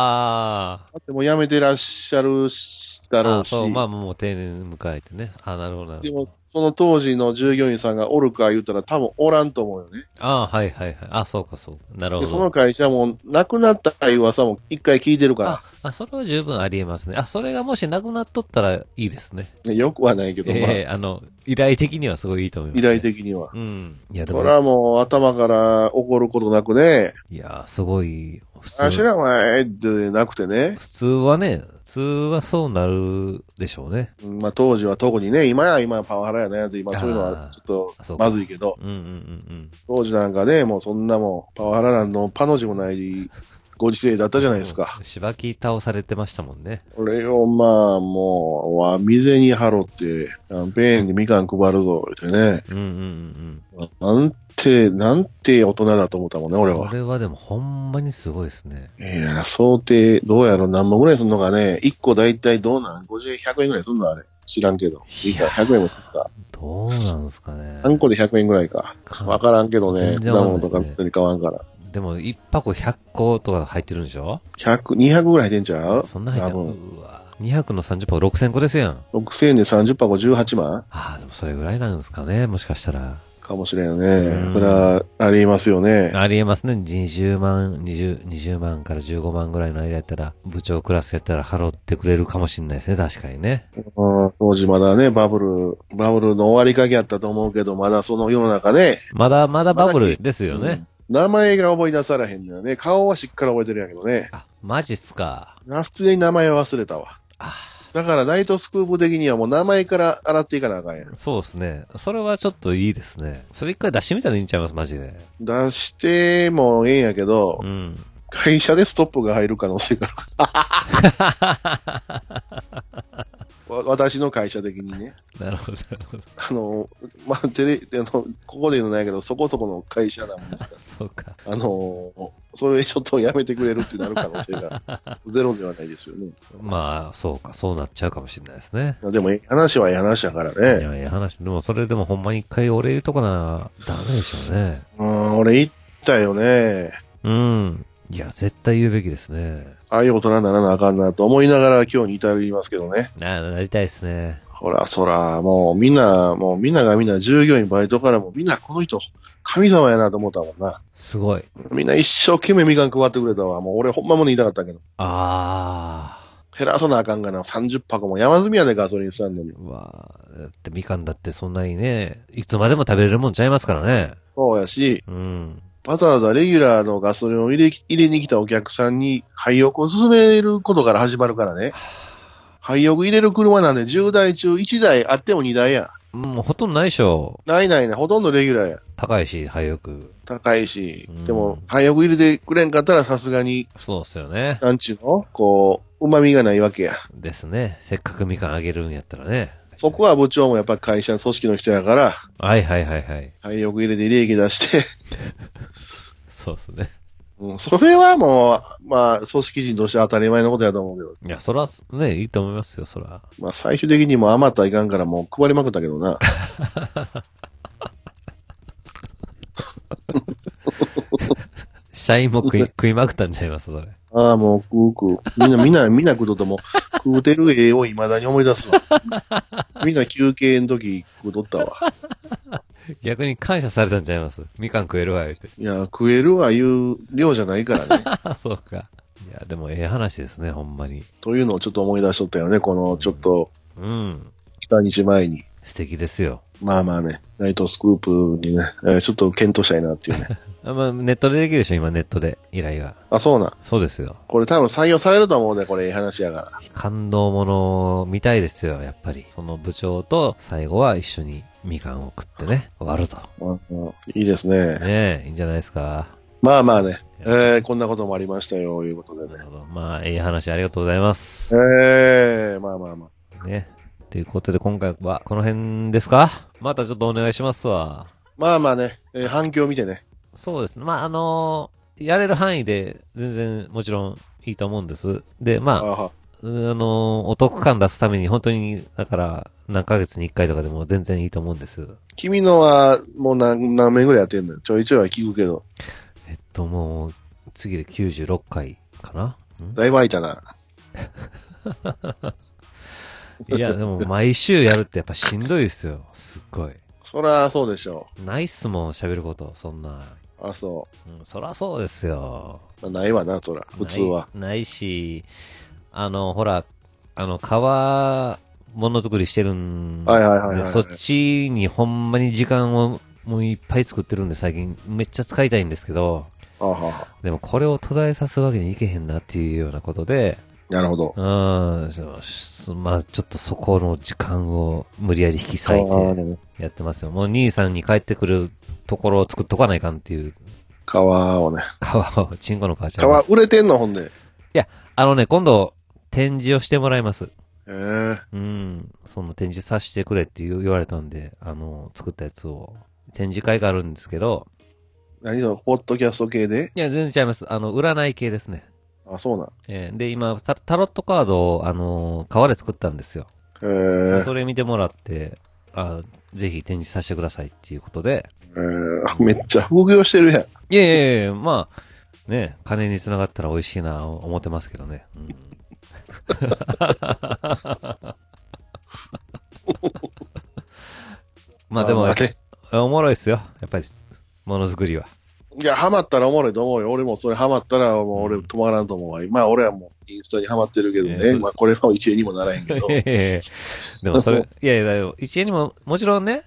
あ
だってもう辞めてらっしゃるし、
ー
だろ
あ
う
ー、
し。
そう、まあもう定年迎えてね。あーなるほどな
で
るほ
も
ど。、
その当時の従業員さんがおるか言うたら多分おらんと思うよね。
ああ、はいはいはい。あそうかそう。なる
で、
ほ
その
ど。
会社もなくなったいう噂も一回聞いてるから。
あ、あ、それは十分ありえますね。あ、それがもしなくなっとったらいいですね。
ねよくはないけど、まあ、
ええあの、依頼的にはすごいいいと思います、
依
ね。
頼。的には。
うん。いや、で
それは
も、
もう頭から怒ることなくね、
いや、すごい、普
あし
通、
らお前ってなくてね、
普通はね、普通はそうなるでしょうね。
うんまあ当時は特にね、今や今やパワハラやねって、今そういうのはちょ
あー
っ
そ
と
うか
まずいけど、
うんうんうん
当時なんかね、もうそんなもん、パワハラなんのパの字もないご時世だったじゃな
う
い
ん。
ですか。
しばき倒されてましたもんね。
これをまあもう、わ、未然に払って、キャンペーンでみかん配るぞ、ってね。
うんうんうん
なんて、なんて大人だと思ったもん
う
ね、
ん。
俺
そ
は。
れはでもほんまにすごいですね。
いや、想定、どうやろ、何本ぐらいすんのかね。1個だいたいどうなん ?50 円、100円ぐらいすんのあれ。知らんけど。
い
いい
や
か、100円もするか。
どうなんすかね。
あんこで100円ぐらいか。わからんけどね
全。然
果
わかんない
物
ですね
とか別に買わんから。
でも、一箱100個とか入ってるんでしょ
100、200ぐらい入ってんちゃう
そんな入って
多
る
分。
うわ。200の30箱6000個ですやん。
6000円で30箱18万
ああ、でもそれぐらいなんですかね、もしかしたら。
かもしれんよね。
うん
それは、ありますよね。
ありえますね。20万、20、20万から15万ぐらいの間やったら、部長クラスやったら払ってくれるかもしれないですね、確かにね。
うん当時まだね、バブル、バブルの終わりかけやったと思うけど、まだその世の中ね。
まだ、まだバブルですよね。
名前が思い出されへんのよね。顔はしっかり覚えてるんやけどね。
あ、マジっすか。
ナスでに名前は忘れたわ。
あ
だからナイトスクープ的にはもう名前から洗っていかなあかんやん。
そうですね。それはちょっといいですね。それ一回出してみたらいいんちゃいます、マジで。
出してもええんやけど
う、ん。
会社でストップが入る可能性があ る。わ私の会社的にね。
なるほど、なるほど。
あの、まあ、テレ、あの、ここで言うのないけど、そこそこの会社なもんで
そうか。
あの、それちょっとやめてくれるってなる可能性 がゼロではないですよね。
まあ、そうか、そうなっちゃうかもしれないですね。
でも、話はええ話だから
い
ね。
やいや話、でもそれでもほんまに一回お礼言うとかな、ダメでしょうね。
うん、俺言ったよね。
うん。いや、絶対言うべきですね。
ああいう大人にならなあかんなと思いながら今日に至りますけどね。
な、なりたいですね。
ほら、そら、もうみんな、もうみんながみんな従業員、バイトからもみんなこの人、神様やなと思ったもんな。
すごい。
みんな一生懸命みかん配ってくれたわ。もう俺ほんまもん言いたかったけど。
あ
減らさなあかんがな、30箱も山積みやでガソリンスタンドに。
ー。わあ、だってみかんだってそんなにね、いつまでも食べれるもんちゃいますからね。
そうやし、
うん。
わざわざレギュラーのガソリンを入れ入れに来たお客さんに、廃屋を進めることから始まるからね。廃屋入れる車なんで10台中1台あっても2台や。
もうほとんどないでしょ。
ないないない、ほとんどレギュラーや。
高いし、早く。
高いし
うん。
でも、廃屋入れてくれんかったらさすがに、
そうっすよね。
なんちゅうのこう、旨味がないわけや。
ですね。せっかくみかんあげるんやったらね。
そこは部長もやっぱ会社の組織の人やから、
はいはいはいはい。
廃屋入れて利益出して、
そうっすね。
うん、それはもう、まあ、組織人として当たり前のことやと思うけど、
いや、そら、ね、いいと思いますよ、そら。
まあ、最終的にもう余ったらいかんからもう配りまくったけどな。
社員も 食い、食いまくったんちゃいます、それ。
ああ、もう食う食う。みんな、みんな、みんな食うととも、食うてる絵を未だに思い出す わ。みんな休憩の時食うとったわ。
逆に感謝されたんちゃいますみかん食えるわ、言うて。
いや、食えるはいう量じゃないからね。
あ、そうか。いや、でもええ話ですね、ほんまに。
というのをちょっと思い出しとったよね。この、ちょっと、
うん。
北日前に。
素敵ですよ。
まあまあね、ナイトスクープにね、えーちょっと検討したいなってい うね。
あまあ、ネットでできるでしょ、今、ネットで、依頼が。
あ、そうなん。
そうですよ。
これ多分採用されると思うね。これ、ええ話やから。
感動もの見たいですよ、やっぱり。その部長と最後は一緒にみかんを食ってね、終わると。
うんうんいいですね。
ねえ、いいんじゃないですか。
まあまあね、え
いや
ーこんなこともありましたよ、いうことで
な
ね
る。ほど。まあ、ええ話ありがとうございます。
ええまあまあまあ。
ね。ということで、今回はこの辺ですかまたちょっとお願いしますわ。
まあまあね、えー反響見てね。
そうですね。まあ、あのやれる範囲で全然もちろんいいと思うんです。で、まあ、
ああ
あの、お得感出すために本当に、だから、何ヶ月に一回とかでも全然いいと思うんです。
君のは、もう何、何名ぐらいやってんのよ。ちょいちょいは聞くけど。
えっと、もう、次で96回かな
だいぶ空いたな。
んいや、でも、毎週やるってやっぱしんどいですよ。すっごい。
そら、そうでしょ
ないっすもん、喋ること、そんな。
う。あ、そ
うん、そらそうですよ。
う。ないわな、そら。普通は。
ない。ないし、あの、ほら、あの、川、ものづくりしてるんで、
はいはいはいはいはい
そっちにほんまに時間をもういっぱい作ってるんで、最近めっちゃ使いたいんですけど、
あはは。
でもこれを途絶えさすわけにいけへんなっていうようなことで、
なるほど。
うん、そのしまあちょっとそこの時間を無理やり引き裂い
あー
てやってますよ。もう兄さんに帰ってくるところを作っとかないかんっていう、
皮をね。
川を、チンコの川ちゃいます
皮、。売れてんの、ほんで。
あのね、今度展示をしてもらいます。
ええ
うん、その展示させてくれっていう言われたんで、あの、作ったやつを。展示会があるんですけど、
何の、ポッドキャスト系で
いや、全然違います。あの、占い系ですね。
あ、そうなん。
えーで、今タ、タロットカードを、あの、川で作ったんですよ。
ええ
それ見てもらって、あぜひ展示させてくださいっていうことで、
えー、めっちゃ副業してるやん。
いやいやいや、まあ、ね、金につながったら美味しいな、思ってますけどね。 うん、まあでも、
あね
おもろいっすよ。やっぱり、ものづくり は。
いや、ハマったらおもろいと思うよ。俺もそれハマったら、もう俺止まらんと思うわ。今、俺はもうインスタにハマってるけど
えーそう
ね。
です
まあ、これは一円にもならへん けど
い。やいやいやでもそれ、いやいや、でも一円にも、もちろんね、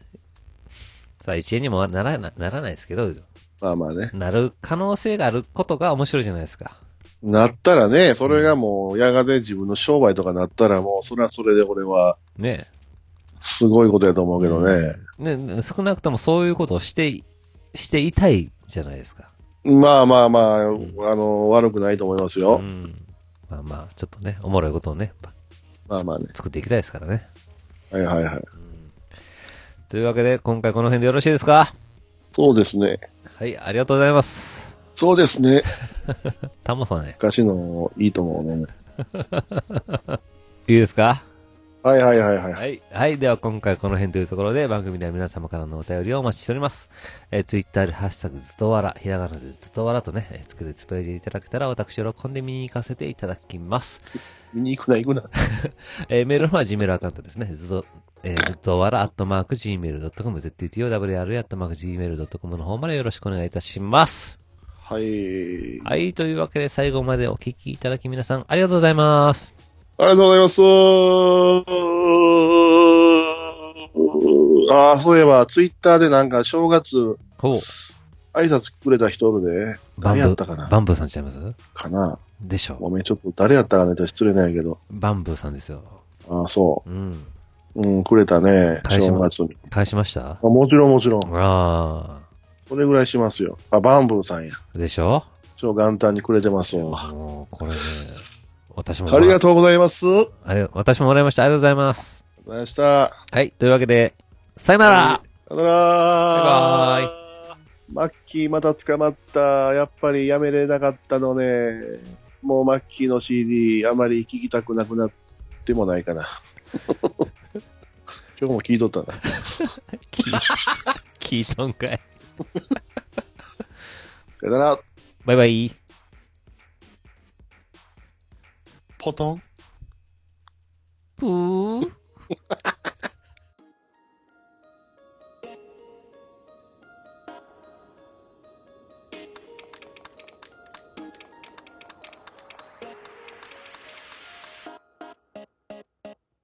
さあ一円にもならなならないですけど、
まあまあね。
なる可能性があることが面白いじゃないですか。
なったらね、それがもう、やがて自分の商売とかなったら、もう、それはそれで俺は、
ね
すごいことやと思うけどね。
ねね少なくともそういうことをして、していたいじゃないですか。
まあまあまあ、あ
ん
の、悪くないと思います
う
よ。
ん。まあまあ、ちょっとね、おもろいことをね、やっ
まあまあね
ぱ。作っていきたいですからね。
はいはいはい。
というわけで、今回この辺でよろしいですか
そうですね。
はい、ありがとうございます。
そうですね。
タモさんね。
昔の、いいと思うね。
いいですか
はいはいはいはい。
はい。はい。では今回この辺というところで番組では皆様からのお便りをお待ちしております。えー、ツイッターでハッシュタグずっとわら、ひらがなでずっとわらとね、えーつけてつぶやいていただけたら私喜んで見に行かせていただきます。
見に行くな行くな。
えーメールの方は Gmail アカウントですね。ずっと、えーずっとわら、アットマーク Gmail.com、ztowr、アットマーク Gmail.com の方までよろしくお願いいたします。
はい。
はい。というわけで最後までお聞きいただき皆さんありがとうございます。
ありがとうございます。ああ、そういえば、ツイッターでなんか正月
ほ
挨拶くれた人おるで、
う。バン
誰
ブ
やったか
ー、
な
バンブーさんちゃいます
かな
でしょ
ごめん、ちょっと誰やったかね失礼なんやけど。
バンブーさんですよ。
ああ、そ
うん。
う。うん、くれたね。
返し
正
ま
月に。
返しました
あもちろんもちろん。
あ
それぐらいしますよ。あ、バンブーさんや。
あ、でしょ
超元旦にくれてますわ。
もう、これね、私も、
ありがとうございます。ありがとう
ありが私ももらいました。ありがとうございます。
ございました。
はい、というわけで、さよなら、
さよなら
バイ
マッキーまた捕まった。やっぱりやめれなかったのね。もうマッキーの CD あまり聴きたくなくなってもないか な。今日も聞いとったな。
聞いとんかい。
さよなら、
バイバイ。
ポトン。
ぷー。